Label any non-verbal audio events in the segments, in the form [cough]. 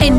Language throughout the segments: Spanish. En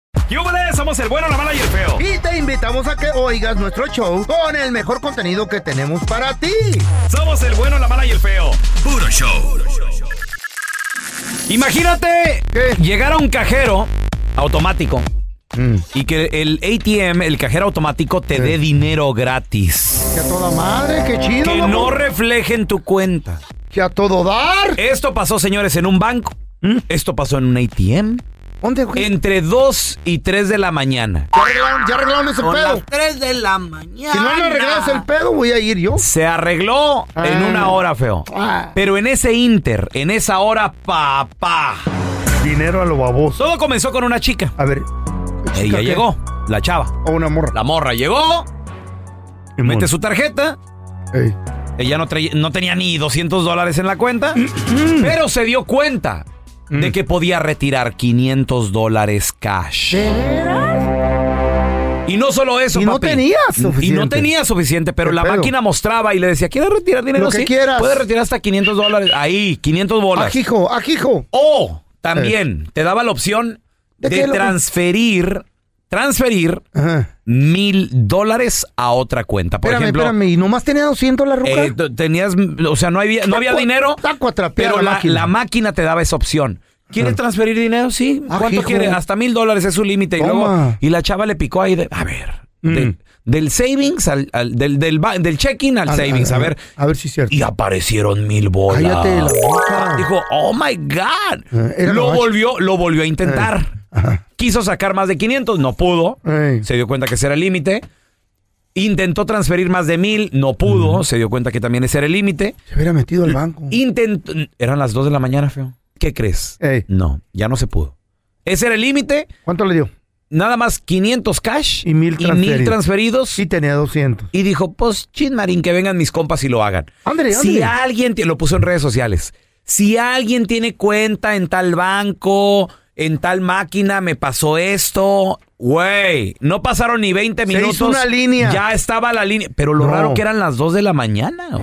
¡Yúbales! Somos el bueno, la mala y el feo. Y te invitamos a que oigas nuestro show con el mejor contenido que tenemos para ti. Somos el bueno, la mala y el feo. Puro show. Imagínate llegar a un cajero automático Mm. y que el ATM, el cajero automático, te dé dinero gratis. Que a toda madre, qué chido. Que loco. no refleje en tu cuenta. Que a todo dar. ¿Mm? Esto pasó, señores, en un banco. Esto pasó en un ATM. ¿Dónde, güey? Entre 2 y 3 de la mañana. ¿Ya arreglaron, ya arreglaron ese Son pedo. las 3 de la mañana. Si no le arreglas el pedo, voy a ir yo. Se arregló en Ah. una hora, feo. Ah. Pero en ese inter, en esa hora, papá. Dinero a lo baboso. Todo comenzó con una chica. A ver. ¿qué Ella chica llegó, la chava. qué? O una morra. La morra llegó, mete su tarjeta. Ey. Ella no, traía- no tenía ni 200 dólares en [clears throat] la cuenta, pero se dio cuenta Mm. de que podía retirar 500 dólares cash. Y no solo eso, Y no papi. tenía Y no suficiente. tenía suficiente, pero Qué la pedo. máquina mostraba y le decía, ¿quieres retirar dinero? Lo que Sí, quieras. Ah, Puedes retirar hasta 500 dólares. Ahí, 500 bolas. Ajijo, ajijo. O también te daba la opción de, Eh. ¿De qué, loco? transferir, transferir Ajá. mil dólares a otra cuenta. Por espérame, ejemplo, espérame. ¿Y nomás tenía 200 la ruca? eh, t- tenías, o sea, no había, no había Está cua- dinero, está cuatrapeada pero la, la la máquina. máquina. te daba esa opción. ¿Quieres transferir dinero? Sí. Ah, ¿Cuánto hijo. quiere? Hasta mil dólares es su límite. Y luego, Toma. Mm. y la chava le picó ahí de, a ver, del- del savings al, al- del, del, ba- del checking al, Al- savings, al- a ver. A ver si es cierto. Y aparecieron mil bolas. Cállate la boca. Dijo, oh my God. Eh, era lo gabacho. volvió, lo volvió a intentar. Eh, Ajá. Quiso sacar más de 500, no pudo. Ey. Se dio cuenta que ese era el límite. Intentó transferir más de mil, no pudo. Se dio cuenta que también ese era el límite. Se hubiera metido al banco. Intentó. Eran las 2 de la mañana, feo. ¿Qué crees? Ey. No, ya no se pudo. Ese era el límite. ¿Cuánto le dio? Nada más 500 cash Y mil transferidos. transferidos. Sí tenía 200. Y dijo, pues, chin marín, que vengan mis compas y lo hagan. Ándale, Si ándale. alguien, tie- lo puso en redes sociales, si alguien tiene cuenta en tal banco, en tal máquina, me pasó esto, güey, no pasaron ni 20 hizo minutos. una línea. Ya estaba la línea. Pero lo No. raro que eran las 2 de la mañana, güey.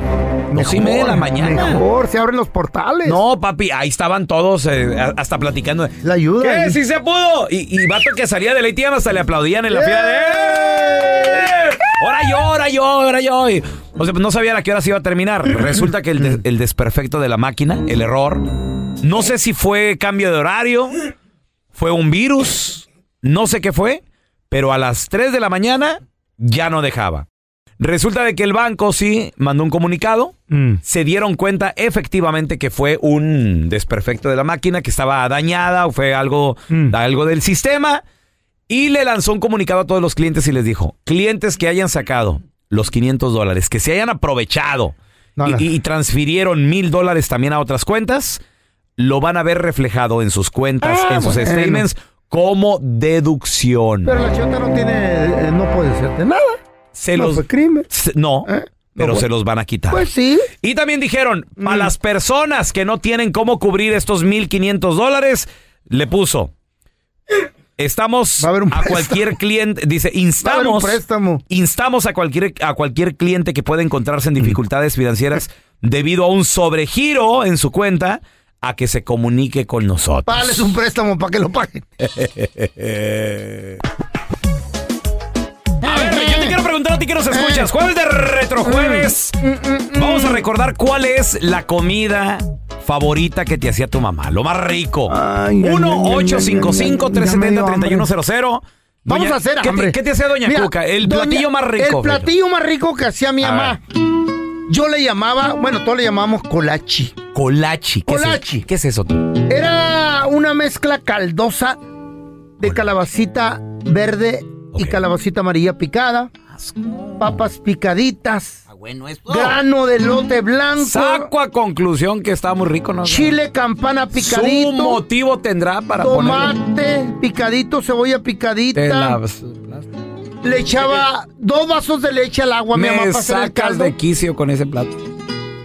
dos y Mejor, media de la mañana. Mejor, se abren los portales. No, papi, ahí estaban todos eh, a- hasta platicando. de, La ayuda. eh. ¿Qué? ahí. ¡Sí se pudo! Y, y vato que salía del ATM hasta le aplaudían en la fila de... ¡Eh! ¡Ahora yo, ahora yo, ahora yo! Y, o sea, pues no sabían a qué hora se iba a terminar. Resulta que el, des- el desperfecto de la máquina, el error, no sé si fue cambio de horario, fue un virus, no sé qué fue, pero a las 3 de la mañana ya no dejaba. Resulta de que el banco sí mandó un comunicado Mm. se dieron cuenta efectivamente que fue un desperfecto de la máquina, que estaba dañada o fue algo, Mm. algo del sistema. Y le lanzó un comunicado a todos los clientes y les dijo, clientes que hayan sacado los 500 dólares, que se hayan aprovechado No, y, no. y transfirieron mil dólares también a otras cuentas, lo van a ver reflejado en sus cuentas, en sus Ah, bueno. statements, como deducción. Pero la chota no tiene, eh, no puede ser de nada. se no los... fue crimen. se- no, ¿Eh? No, pero se bueno. los van a quitar. Pues sí. Mm. Y también dijeron, a las personas que no tienen cómo cubrir estos 1.500 dólares, le puso, estamos Va a haber un a préstamo. cualquier cliente, Va dice, a haber un instamos, préstamo. Mm. instamos a cualquier, a cualquier cliente que pueda encontrarse en dificultades financieras debido a un sobregiro en su cuenta a que se comunique con nosotros. Págales un préstamo para que lo [laughs] paguen. A ver, yo te quiero preguntar a ti que nos escuchas. Jueves de Retrojueves. Vamos a recordar cuál es la comida favorita que te hacía tu mamá. Lo más rico. Ay, ay, ay, ay, ay, ay, ya me dio 1-855-370-3100. Vamos Doña- a hacer ¿Qué te, hambre. qué te hacía Doña Mira, Cuca? El doña- platillo más rico. El platillo más rico que hacía mi mamá. Yo le llamaba, bueno, todos le llamamos colachi. Colachi. ¿Qué Es Colachi. eso? ¿Qué es eso? Era una mezcla caldosa de calabacita verde y Ok. calabacita amarilla picada, papas picaditas, Bueno, esto. grano de lote blanco, Saco a conclusión que está muy rico, ¿no? chile campana Su picadito, motivo tendrá para ponerle- tomate picadito, cebolla picadita. Te la- Le echaba dos vasos de leche al agua, mi mamá, Me para hacer el sacas caldo. de quicio con ese plato.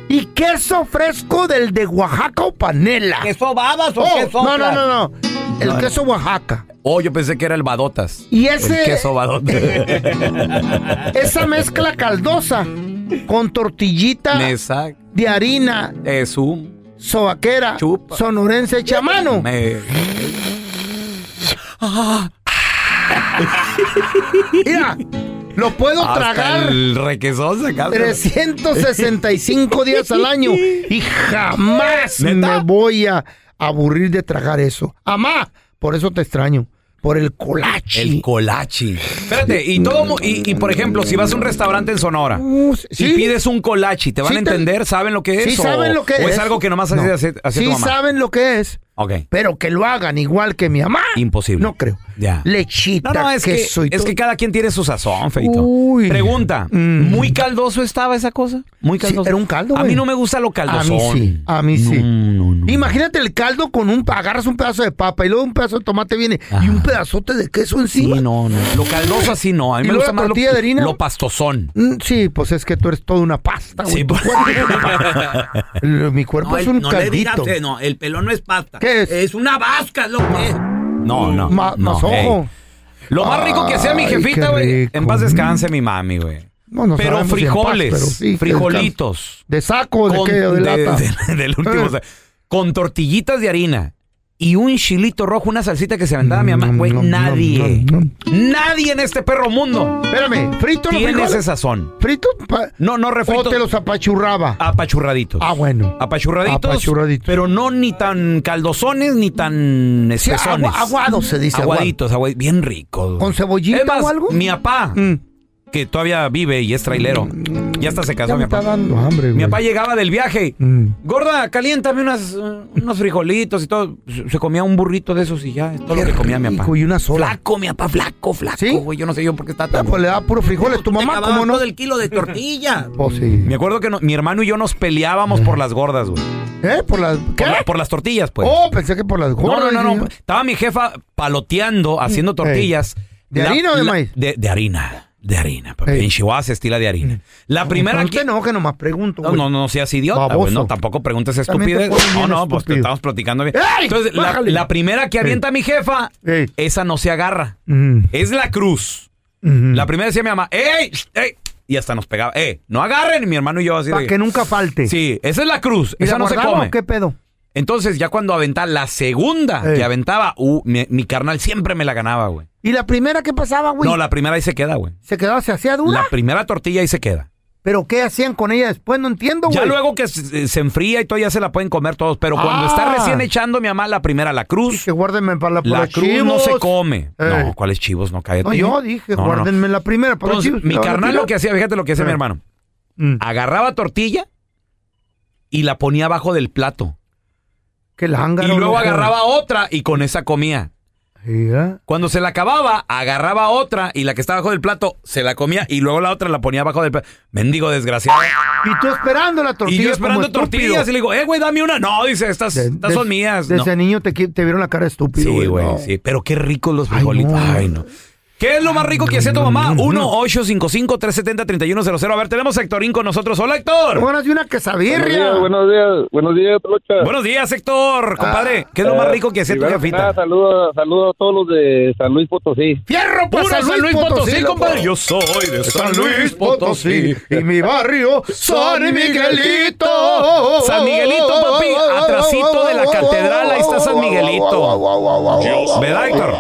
Y queso fresco del de Oaxaca o panela. ¿Queso babas Oh, no, no, no, no. El queso Oaxaca. Oh, yo pensé que era el badotas. Y ese- El queso badotas. [laughs] [laughs] Esa mezcla caldosa con tortillita me sac... de harina Es un... sobaquera Chupa. sonorense hecha a mano. me- Mira, lo puedo hasta tragar el requesón sacaste. 365 días al año y jamás ¿Neta? me voy a aburrir de tragar eso. Amá, por eso te extraño, por el colache. El colachi. Espérate, y todo... mu- Y, y, por ejemplo, si vas a un restaurante en Sonora... Uh, sí. Si pides un colachi, ¿te van Sí a te- entender? ¿Saben lo que es? Sí o, saben lo que o es. es algo que nomás hace, No. hace- hace Sí tu mamá? saben lo que es, Ok. pero que lo hagan igual que mi mamá. Imposible. No creo. Ya. Lechita, No, no, es que, queso y es todo. que cada quien tiene su sazón, Feito. Uy. Pregunta, Mm. ¿muy caldoso estaba esa cosa? Muy Sí, caldoso. era un caldo, A güey. mí no me gusta lo A caldosón. mí sí, a mí sí. No, no, no. Imagínate el caldo con un... Agarras un pedazo de papa y luego un pedazo de tomate viene y Ajá. un pedazote de queso Sí, encima. no, no. Lo caldoso así no. A mí ¿Y me luego gusta la más lo, tortilla de harina? lo pastosón. Mm, Sí, pues es que tú eres toda una pasta, güey. Sí, Tu por- [laughs] cuerpo- Lo- Mi cuerpo es un caldito. no, el pelón no es pasta. ¿Qué es? Es una vasca, lo que No, no. Ma- no, más ey. ojo. Lo más rico que sea mi Ay, jefita, qué güey. rico. En paz descanse mi mami, güey. No, no pero sabemos si en paz, frijoles, pero sí, que frijolitos. ¿De saco? ¿De con- qué? ¿De lata? de- del último, Eh. o sea, con tortillitas de harina y un chilito rojo, una salsita que se aventaba mi mamá. Mm, Güey, no, no, nadie, no, no. nadie en este perro mundo Espérame, ¿frito los tiene ese frijoles? sazón. ¿Frito? pa- No, no ¿O refrito. te los apachurraba? Apachurraditos. Ah, bueno. Apachurraditos, Apachurraditos. Pero no ni tan caldozones ni tan Sí, espesones. agua- aguado se dice. aguado. Aguaditos, aguadi- bien rico. ¿Con cebollita Es más, o algo? Mi papá, Mm, que todavía vive y es trailero, ya hasta se ya casó me mi está papá. dando hambre, güey. Mi papá llegaba del viaje. Mm. Gorda, caliéntame unas, eh, unos frijolitos y todo. Se se comía un burrito de esos y ya. Es todo lo Qué que comía mi papá. rico, y una sola. Flaco, mi papá, flaco, flaco. ¿Sí? güey. Yo no sé yo por qué está Ah, tan... pues le da puro frijoles. ¿Tu mamá cómo no? del kilo de [laughs] tortilla. Pues sí. Me acuerdo que no- mi hermano y yo nos peleábamos por las gordas, güey. ¿Eh? ¿Por las Por, la- qué? por las tortillas, pues. Oh, pensé que por las no, no, gorras. no, no. dije yo. Estaba mi jefa paloteando, haciendo tortillas. ¿De harina o de maíz? De, de harina. De harina, papi. Ey. En Chihuahua se estila de harina. La primera No que... te enojes, nomás pregunto, No, güey. no, no seas idiota, güey. Baboso. No, tampoco preguntes También te estupidez. pones No, bien no, pues te estúpido. estamos platicando bien. ¡Ey! Entonces, la, Bájale. la primera que avienta mi jefa, Ey. esa no se agarra. Mm, Es la cruz. mm. La primera decía mi mamá, ¡ey! ¡ey! Y hasta nos pegaba, ¡eh! No agarren, Y mi hermano y yo así. Para de- que nunca falte. Sí, esa es la cruz. ¿Y Esa la no se guardaba come. o ¿Qué pedo? Entonces, ya cuando aventaba la segunda Ey. que aventaba, uh, mi, mi carnal siempre me la ganaba, güey. ¿Y la primera qué pasaba, güey? No, la primera ahí se queda, güey. ¿Se quedaba, se hacía dura? La primera tortilla ahí se queda. ¿Pero qué hacían con ella después? No entiendo, güey. Ya luego que se, se enfría y todo, ya se la pueden comer todos. Pero cuando Ah. está recién echando mi mamá, la primera, la cruz. Dije, guárdenme para la, para La los cruz no chivos. se come. Eh. No, ¿cuáles chivos? No, cállate. No, yo dije, No, no, no. guárdenme la primera para los Entonces, chivos. mi ¿La van a carnal lo que tirar? hacía, fíjate lo que hacía Eh. mi hermano. Mm, Agarraba tortilla y la ponía abajo del plato. Que el Y ángaro luego no- agarraba otra y con esa comía. Sí, ¿eh? Cuando se la acababa, agarraba otra y la que estaba abajo del plato se la comía y luego la otra la ponía abajo del plato. Mendigo desgraciado. Y tú esperando la tortilla. Y yo como esperando estúpido. tortillas y le digo, eh, güey, dame una. No, dice, estas, De- estas de- son mías. No. Desde niño te, qui- te vieron la cara de estúpido. Sí, güey, no. sí. Pero qué rico los Ay, frijolitos. no. Ay, no. ¿Qué es lo más rico que hace tu Mm, mamá? 1-855-370-3100. A ver, tenemos a Héctorín con nosotros. Hola, Héctor. Buenas de una quesabirria. Buenos días, buenos días, Pelucha. Buenos días, Ah, Héctor. Compadre, ¿qué es eh, lo más rico que hace tu Primero que nada, jefita? saludo, saludo a todos los de San Luis Potosí. Fierro pues Pura San Luis Potosí, compadre. Yo soy de San Luis Potosí y mi barrio San Miguelito. San Miguelito, papi, atrasito de la catedral, ahí está San Miguelito. ¿Verdad, Héctor?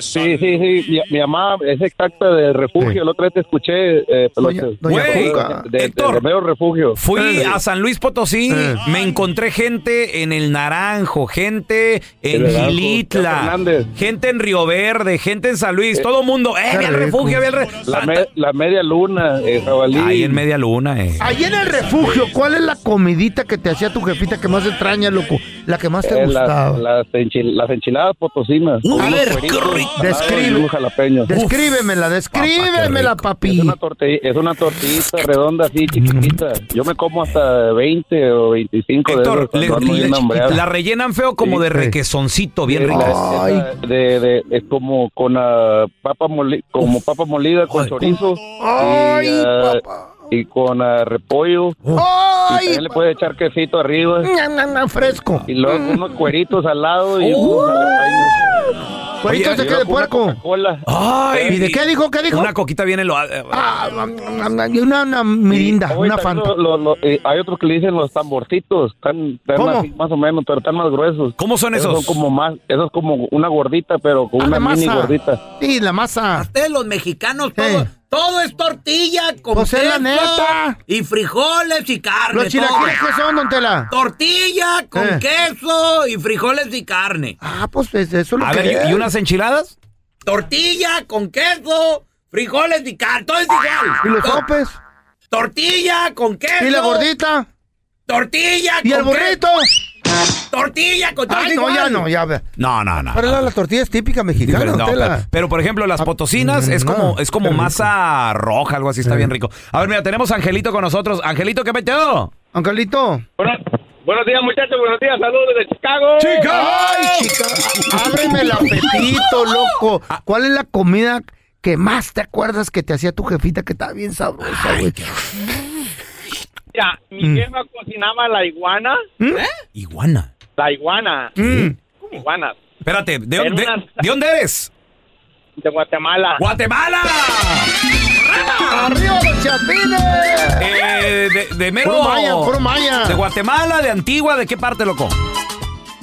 Sí, sí, sí. Mi, mi mamá es exacta de refugio. Sí. La otra vez te escuché, eh, Peluche. Doña- doña Eh, de, Cuca. de- de Héctor. Romero refugio. Fui a San Luis Potosí, Eh. me encontré gente en El Naranjo, gente en El Naranjo, Teo Gilitla, Fernández. gente en Río Verde, gente en San Luis, todo mundo. ¡Eh, qué ve al rico. refugio, ve al refugio! La, me- la media luna, eh, jabalí. Ahí en media luna, eh. Allí en el refugio, ¿cuál es la comidita que te hacía tu jefita que más extraña, loco? La que más te eh, las, gustaba. las, enchil- las enchiladas potosinas. Uh, Unos a ver, cueritos, qué rico. salados y Describe. un jalapeño. Descríbemela, descríbemela, Es papi. una, torti- es una tortillita redonda así, chiquitita. Yo me como hasta 20 o 25 Héctor, de le- esos. le- la rellenan feo como Sí, de sí. requesoncito, bien rica. Ay. De, de- es como con ah, papa moli- como papa molida con Ay. chorizo. Ay, y, ah, y con ah, repollo. y ¡Ay! también le puede echar quesito arriba. ña, ña, ña, fresco. Mm. Y luego unos cueritos al lado y Uh. unos jalapeños. ¿Cueritos Oye, de Y qué luego de con una puerco? Coca-Cola. Ay, ¿Y de qué dijo? ¿Qué dijo? Una coquita bien lo Ah, ña, ña, ña, y una, una mirinda, Oye, una también fanta. lo- lo- lo- eh, hay otros que le dicen los tamborcitos, están, están ¿Cómo? así más o menos, pero están más gruesos. ¿Cómo son esos? Son como más, esos como una gordita, pero con Ah, una de mini masa. gordita. Sí, la masa. Ustedes los mexicanos, Sí. todo, todo es tortilla con Pues es la queso neta. y frijoles y carne. ¿Los chilaquiles qué son, don Tela? todo. Tortilla con Eh. queso y frijoles y carne. Ah, pues es- eso es lo A que ver, ¿y- ¿y unas enchiladas? Tortilla con queso, frijoles y carne. Todo es igual. ¿Y los To- sopes? Tortilla con queso. ¿Y la gordita? Tortilla ¿Y con el burrito? queso, Tortilla con todo es Ay, no, igual. ya no, ya ve. No, no, no. Pero la, la tortilla es típica mexicana, Diferente, don no, Tela. pero, pero, por ejemplo, las potosinas es no, como, es como qué rico. masa roja, algo así, está Eh. bien rico. A ver, mira, tenemos a Angelito con nosotros. Angelito, ¿qué metió? Angelito. buenos días, muchachos, buenos días, saludos desde Chicago. ¡Ay, chica! Ábreme el [laughs] apetito, loco. ¿Cuál es la comida que más te acuerdas que te hacía tu jefita que estaba bien sabrosa, güey? Mira, mi Mm. ¿Eh? jefa cocinaba la iguana, Iguana. la iguana, Mm. iguana, Espérate, ¿de, Era dónde- una- de- ¿de dónde eres? de Guatemala. [laughs] ¡Guatemala! ¡Arriba los chapines! Eh, de, de mero... Puro maya, puro maya. ¿De Guatemala, de Antigua, de qué parte, loco?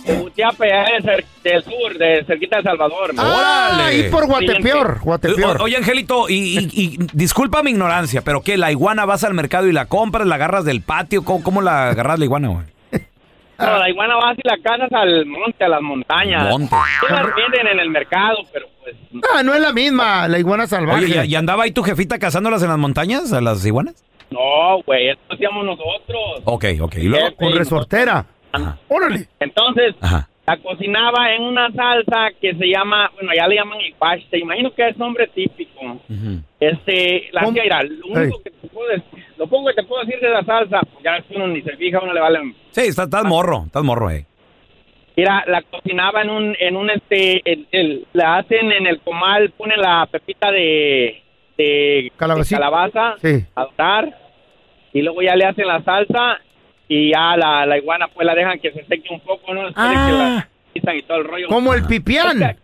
De Butiapa, allá de cer- del sur, de cerquita de Salvador. Ah, ¡Órale! ahí por Guatepeor, Guatepeor. O- oye, Angelito, y, y- y disculpa mi ignorancia, pero ¿qué? ¿La iguana vas al mercado y la compras, la agarras del patio? ¿Cómo, cómo la agarras la iguana, güey? No, Ah. la iguana vas y la cazas al monte, a las montañas. Monte. Sí las venden en el mercado, pero pues... Ah, no es la misma, la iguana salvaje. Oye, ¿y- ¿y, andaba ahí tu jefita cazándolas en las montañas, a las iguanas? No, güey, eso hacíamos nosotros. Ok, ok. ¿Y luego? Con resortera. Ajá. Órale. Entonces, Ajá. la cocinaba en una salsa que se llama, bueno, ya le llaman iguache, te imagino que es nombre típico. Ujú. Este, la ¿Cómo? hacía era lo único Ey. que te puedo decir, lo poco que te puedo decir de la salsa, pues ya es que uno ni se fija, uno le vale. Sí, estás, estás morro, estás morro, eh. Mira, la cocinaba en un, en un este, el, el- la hacen en el comal, ponen la pepita de, de, Calabacín. de calabaza Sí. a dorar y luego ya le hacen la salsa y ya la, la iguana pues la dejan que se seque un poco, ¿no? Después de que Ah. la guisan y todo el rollo. Como el pipián.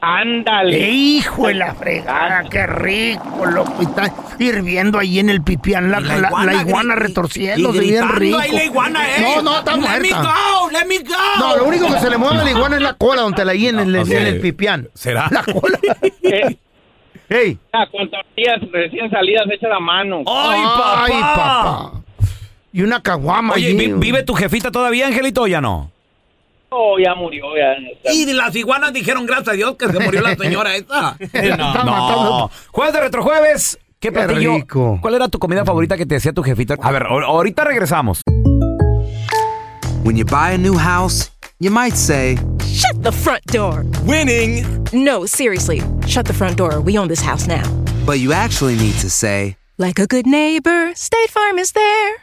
Ándale. Hijo de la fregada, qué rico, loco. Y está hirviendo ahí en el pipián la, la- la iguana, retorciéndose bien rico. eh. No, eh. no, está muerta. go, let me go. No, lo único que se le mueve a la [laughs] iguana es la cola, donde la ahí en el, ok. en el pipián. ¿Será? La [laughs] cola. Eh, Ey. con tortillas recién salidas hechas a mano. ¡Ay, papá! Ay, papá. Y una caguama Oye, allí, ¿vi- güey. ¿vive tu jefita todavía, Angelito, o ya no? Oh, ya murió, ya. ya. Y las iguanas dijeron, gracias a Dios, que se murió [laughs] la señora esa. [laughs] Está matando. Jueves de retrojueves. ¿Qué Qué platillo? rico. ¿Cuál era tu comida favorita que te hacía tu jefita? A ver, ahor- ahorita regresamos. When you buy a new house, you might say, Shut the front door. Winning. No, seriously. Shut the front door. We own this house now. but you actually need to say, Like a good neighbor, State Farm is there.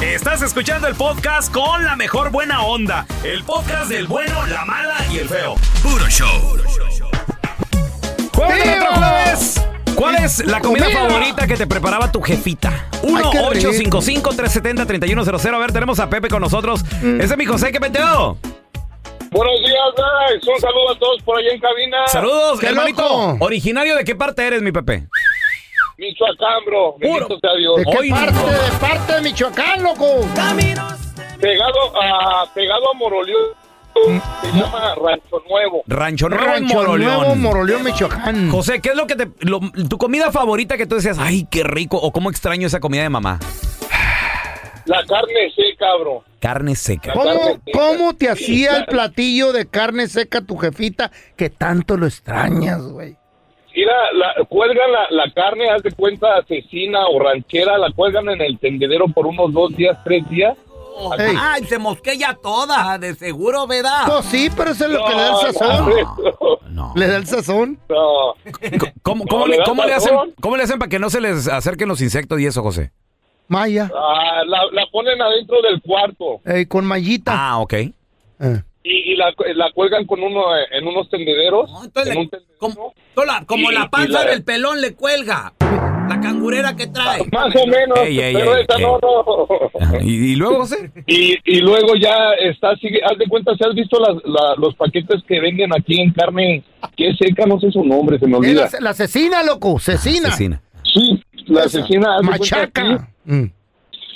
Estás escuchando el podcast con la mejor buena onda. El podcast del bueno, la mala y el feo. Puro show. Jueves de otro jueves. ¿Cuál es la comida Comida. favorita que te preparaba tu jefita? Ay, qué 1-855-370-3100. A ver, tenemos a Pepe con nosotros. Ese es mi José, ¿qué peteo? Buenos días, guys. Un saludo a todos por allá en cabina. Saludos, hermanito. ¿Originario de qué parte eres, mi Pepe? Michoacán, bro. Bendito sea Dios. ¿De qué parte? ¿De parte de Michoacán, loco? Pegado a, pegado a Morolión. Se llama Rancho Nuevo. Mm, Rancho Nuevo, en Rancho Moroleón. Nuevo, Moroleón, Michoacán. José, ¿qué es lo que te. lo- tu comida favorita que tú decías, ay, qué rico, o cómo extraño esa comida de mamá? La carne seca, bro. Carne seca. ¿Cómo, cómo te hacía el platillo de carne seca tu jefita que tanto lo extrañas, güey? Mira, la, cuelgan la, la carne, haz de cuenta asesina o ranchera, la cuelgan en el tendedero por unos dos días, tres días. Oh. Así. Ay, se mosquea toda, de seguro, ¿verdad? Pues sí, pero eso es lo que le da el sazón. ¿Le da el sazón? No. ¿Cómo, cómo le, cómo le hacen, cómo le hacen para que no se les acerquen los insectos y eso, José? Maya. Ah, la, la ponen adentro del cuarto Eh, con mallita. Ah, ok. y, y la, la cuelgan con uno eh, en unos tendederos. en un tendedero. Sola, como Y- la y panza la- del pelón le cuelga. La cangurera que trae. Más o menos, Ey, ey, pero ey, esa ey. no, no. ¿Y, luego, José? Y, luego ya está, sigue, haz de cuenta, si has visto las, la- los paquetes que venden aquí en carne, que seca, no sé su nombre, se me Eh, olvida. la, la asesina, loco, Ah, asesina. Sí, la asesina. haz de cuenta, Machaca. sí. Mm.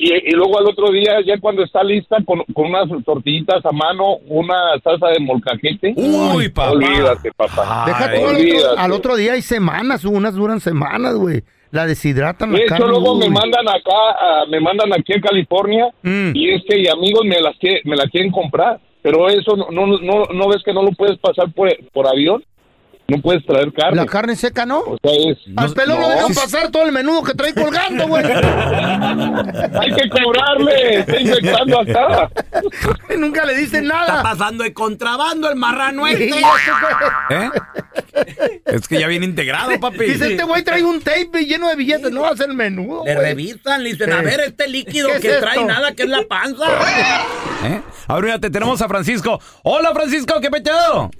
Y, y luego al otro día, ya cuando está lista, con, con unas tortillitas a mano, una salsa de molcajete. Uy, papá. Olvídate, papá. Deja tú al otro, al otro día hay semanas, unas duran semanas, güey. La deshidratan la De hecho, carne, luego güey. me mandan acá, a- me mandan aquí a California Mm. y es que y amigos me las que- me la quieren comprar, pero eso no, no, no, no ves que no lo puedes pasar por, por avión, no puedes traer carne. La carne seca, ¿no? O sea, es, Al pelón no, lo dejan pasar todo el menudo que trae colgando, güey. Hay que cobrarle, está [laughs] infectando acá. Nunca le diste nada. Está pasando el contrabando el marrano este. ¿Eh? Es que ya viene integrado, papi. Dice, este güey trae un tape lleno de billetes, no va a ser el menudo. Le güey. revisan, le dicen, a Eh. ver este líquido ¿Qué es que trae esto? nada, que es la [laughs] panza. ¿Eh? Ahora ya te tenemos a Francisco. Hola, Francisco, qué peteado.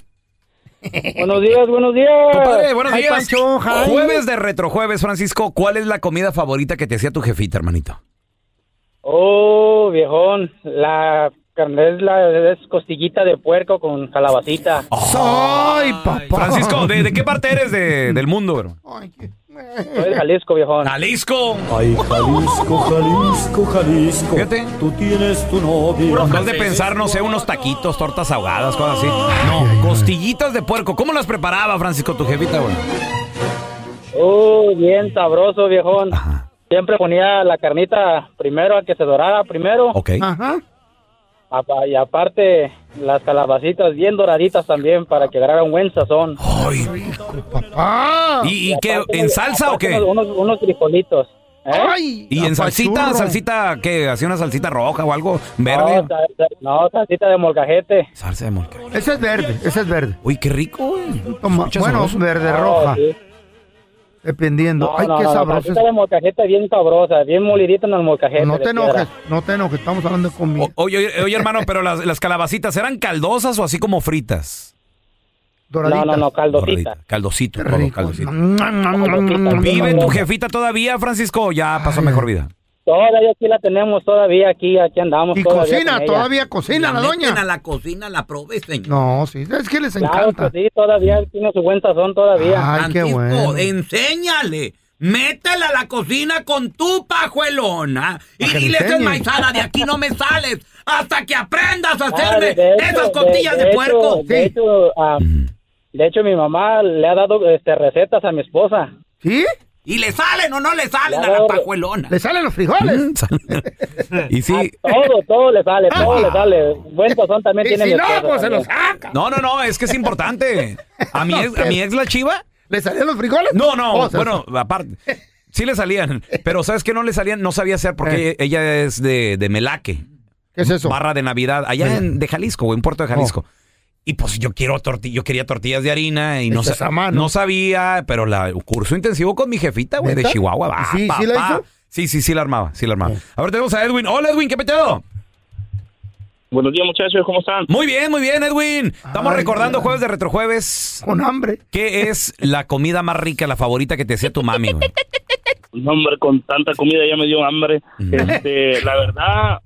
Buenos días, buenos días. Compadre, buenos Ay, días. Pancho, ay. Jueves de retrojueves, Francisco. ¿Cuál es la comida favorita que te hacía tu jefita, hermanito? Oh, viejón, la carne es, la, es costillita de puerco con calabacita. Soy papá. Francisco, ¿de, de qué parte eres de- del mundo, bro? Soy de Jalisco, viejón. Jalisco. Ay, Jalisco, Jalisco, Jalisco. Tú tienes tu novia. Has de pensar, no sé, unos taquitos, tortas ahogadas, cosas así. No, costillitas de puerco. ¿Cómo las preparaba, Francisco, tu jefita, güey? Oh, bien sabroso, viejón. Siempre ponía la carnita primero a que se dorara primero. Ok. Ajá. Apa- Y aparte, las calabacitas bien doraditas también para que agarraran buen sazón. Oh, Ah. ¿Y, y qué? ¿En salsa o qué? Unos, unos frijolitos. ¿eh? ¿Y en salsita? ¿Salsita qué? ¿Hacía una salsita roja o algo verde? No, sal- sal- no, salsita de molcajete. Salsa de molcajete. Ese es verde, ese es verde. Uy, qué rico, güey. Toma- Escucha bueno, sabroso. verde No, roja. Ah, sí. Dependiendo. No, Ay, no, qué no, la sabroso. salsita de molcajete bien sabrosa, bien molidita en el molcajete. No de te piedra. enojes, no te enojes, estamos hablando de comida. Oye, oye, oye, hermano, pero las, las calabacitas, ¿eran caldosas o así como fritas? No, no, no, caldosita. Doraditas. Caldosito, todo, caldosito. Mm, Caldosita. ¿Vive tu jefita todavía, Francisco? o Ya pasó mejor vida. Toda ella aquí la tenemos todavía, aquí, aquí andamos. Y todavía con cocina, ella. todavía cocina la, doña. a la cocina, la prove, señor. No, sí, es que les Claro encanta. que sí, todavía tiene su buen sazón todavía. Ay, qué bueno. Oh, enséñale. Métela a la cocina con tu pajuelona. Y que le dile esa enseñe. enmaizada, de aquí no me sales. Hasta que aprendas a hacerme Ah, de hecho, esas costillas de, hecho, puerco. De, hecho, ah, de hecho, mi mamá le ha dado este, recetas a mi esposa. ¿Sí? ¿Y le salen o no le salen a la Claro. pajuelona? Le salen los frijoles. Mm, Y sí. Todo, todo le sale, todo le sale. Buen sazón también Ah, Y tiene si mi no, esposa. pues se también. los saca. No, no, no, es que es importante. [laughs] A mi ex, a mi ex la chiva. ¿Le salían los frijoles? No, no, Oh, se- bueno, aparte. Sí le [laughs] salían, pero ¿sabes qué no le salían? No sabía hacer porque ella es de, de Melaque. Eh. ¿Qué es eso? Oh. Barra de Navidad, allá Mira. en, de Jalisco, güey, en Puerto de Jalisco. Y pues yo quiero torti- yo quería tortillas de harina y no, Hechas sa- a mano. no sabía, pero la curso intensivo con mi jefita, güey, de ¿Neta? Chihuahua. va, ¿Y sí- sí la papá. hizo? Sí, sí, sí la armaba, sí la armaba. A ver, tenemos a Edwin. Hola, Edwin, ¿qué peteado? Buenos días, muchachos, ¿cómo están? Muy bien, muy bien, Edwin. Estamos Ay, recordando jueves de retrojueves. Con hambre. ¿Qué es la comida más rica, la favorita que te hacía tu mami, güey? No, hombre, con tanta comida ya me dio hambre. Este, la verdad,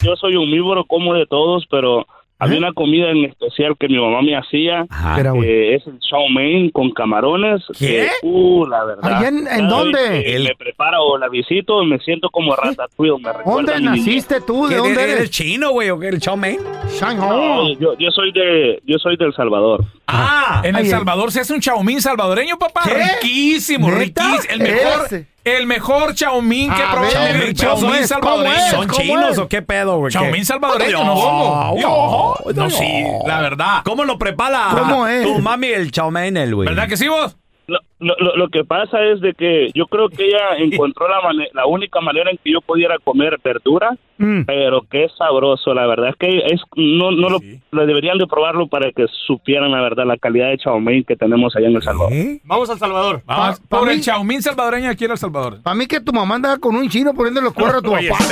yo soy omnívoro, como de todos, pero había una comida en especial que mi mamá me hacía, ¿Qué era, güey? que es el chow mein con camarones. ¿Qué? que, uh, la verdad. ¿Allá en- en cada vez dónde? que Me preparo o la visito, me siento como ratatouille, me recuerda a ¿Dónde mi niñez. naciste tú? ¿De ¿Qué dónde eres? eres? chino, güey, o qué? ¿El chow mein? Shanghai. No, yo, yo soy de, yo soy del Salvador. Ah, en ay, El ay. Salvador se hace un chaomín salvadoreño, papá. Riquísimo, ¿Neta? riquísimo. El mejor, Ese. el mejor chaomín que he A probado. ver, El ¿cómo chaomín es? salvadoreño. ¿Cómo es? ¿Son ¿Cómo chinos es? o qué pedo, güey? ¿Qué? Chaomín salvadoreño. No, No, no, no, no, sí, la verdad. ¿Cómo lo prepara ¿Cómo es? tu mami el chow mein, el güey? [laughs] ¿Verdad que sí vos? Lo, lo- lo- lo que pasa es de que yo creo que [laughs] ella encontró la, mane- la única manera en que yo pudiera comer verdura, Mm. pero qué sabroso, la verdad es que es no, no lo, lo deberían de probarlo para que supieran la verdad la calidad de chow mein que tenemos allá en El Salvador. Vamos al Salvador. Vamos Pa- pa por mí- el chaomín salvadoreño aquí en El Salvador. Para mí que tu mamá andaba con un chino poniendo los cuernos a tu Oye, papá.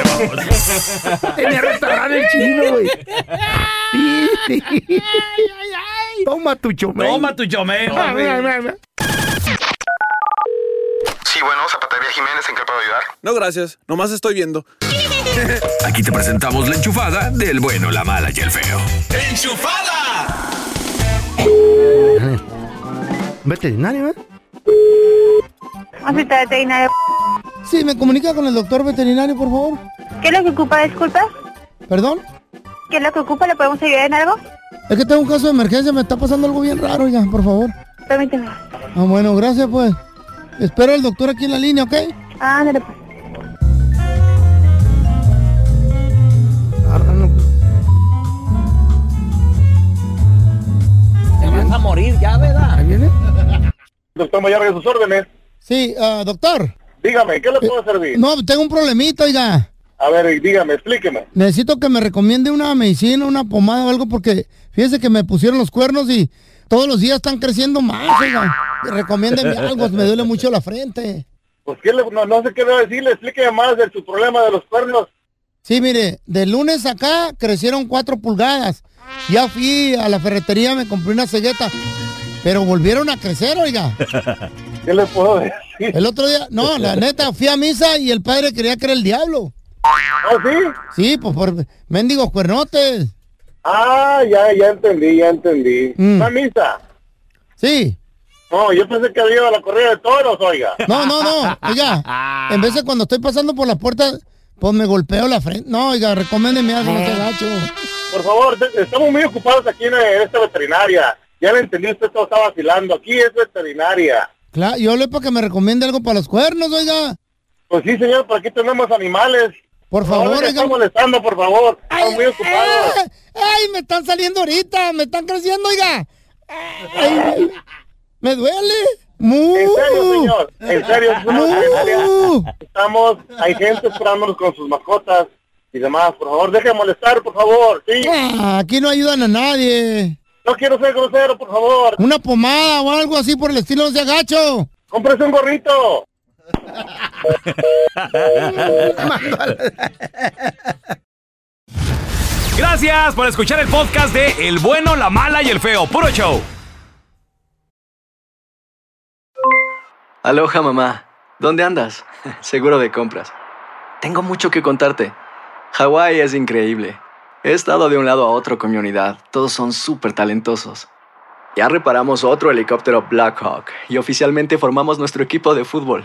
[laughs] este en el restaurante el chino, [laughs] güey. Sí, sí. Toma tu chomel. Toma tu chomel. Ah, [laughs] mira, mira, mira. Sí, bueno, Zapatería Jiménez, ¿en qué puedo ayudar? No, gracias. Nomás estoy [laughs] viendo. Aquí te presentamos la enchufada del bueno, la mala y el feo. ¡Enchufada! Veterinario, ¿eh? Hospital veterinario. Sí, me comunica con el doctor veterinario, por favor. ¿Qué es lo que ocupa, disculpa? ¿Perdón? ¿Qué es lo que ocupa? ¿Le podemos ayudar en algo? Es que tengo un caso de emergencia, me está pasando algo bien raro, ya, por favor. Permíteme. Ah, bueno, gracias, pues. Espero al doctor aquí en la línea, ¿ok? Ah, no pues. Te vas a morir ya, ¿verdad? Ahí viene. Doctor Mayarga, a sus órdenes. Sí, ah, doctor. Dígame, ¿qué le puedo servir? No, tengo un problemita, oiga. A ver, dígame, explíqueme. Necesito que me recomiende una medicina, una pomada o algo, porque fíjese que me pusieron los cuernos y todos los días están creciendo más, oiga. Ah, Recomiéndeme algo, me duele mucho la frente. [laughs] Pues, ¿qué le- no, no sé qué debe decirle. Explíqueme más de su problema de los cuernos. Sí, mire, de lunes acá crecieron cuatro pulgadas. Ya fui a la ferretería, me compré una cegueta, pero volvieron a crecer, oiga. ¿Qué le puedo decir? El otro día, no, [laughs] la neta, fui a misa y el padre creía que era el diablo. ¿Ah, sí? Sí, pues por mendigos cuernotes. Ah, ya, ya entendí, ya entendí. ¿Va a misa? Mm. Sí. No, yo pensé que había ido a la corrida de toros, oiga. No, no, no, [laughs] oiga, en veces cuando estoy pasando por la puerta, pues me golpeo la frente. No, oiga, recomiéndeme algo, no sea gacho. Por favor, de- estamos muy ocupados aquí en eh, esta veterinaria. Ya le entendí, usted todo está vacilando. Aquí es veterinaria. Claro, yo le para que me recomiende algo para los cuernos, oiga. Pues sí, señor, por aquí tenemos animales. Por favor, no, me está oiga. molestando, por favor. Estamos muy ocupados. ¡Ay! ¡Ay! Me están saliendo ahorita, me están creciendo, oiga. ¡Ay! Me duele. ¡Mu! En serio, señor. En serio, es una ¡Mu! veterinaria. Estamos, hay gente esperándonos con sus mascotas y demás. Por favor, deje de molestar, por favor. Sí. Ah, Aquí no ayudan a nadie. No quiero ser grosero, por favor. Una pomada o algo así por el estilo, no sea gacho. Cómprese un gorrito. [laughs] Gracias por escuchar el podcast de El bueno, la mala y el feo. Puro show. [laughs] Aloha mamá. ¿Dónde andas? Seguro de compras. Tengo mucho que contarte. Hawái es increíble. He estado de un lado a otro con mi unidad. Todos son súper talentosos. Ya reparamos otro helicóptero Blackhawk y oficialmente formamos nuestro equipo de fútbol.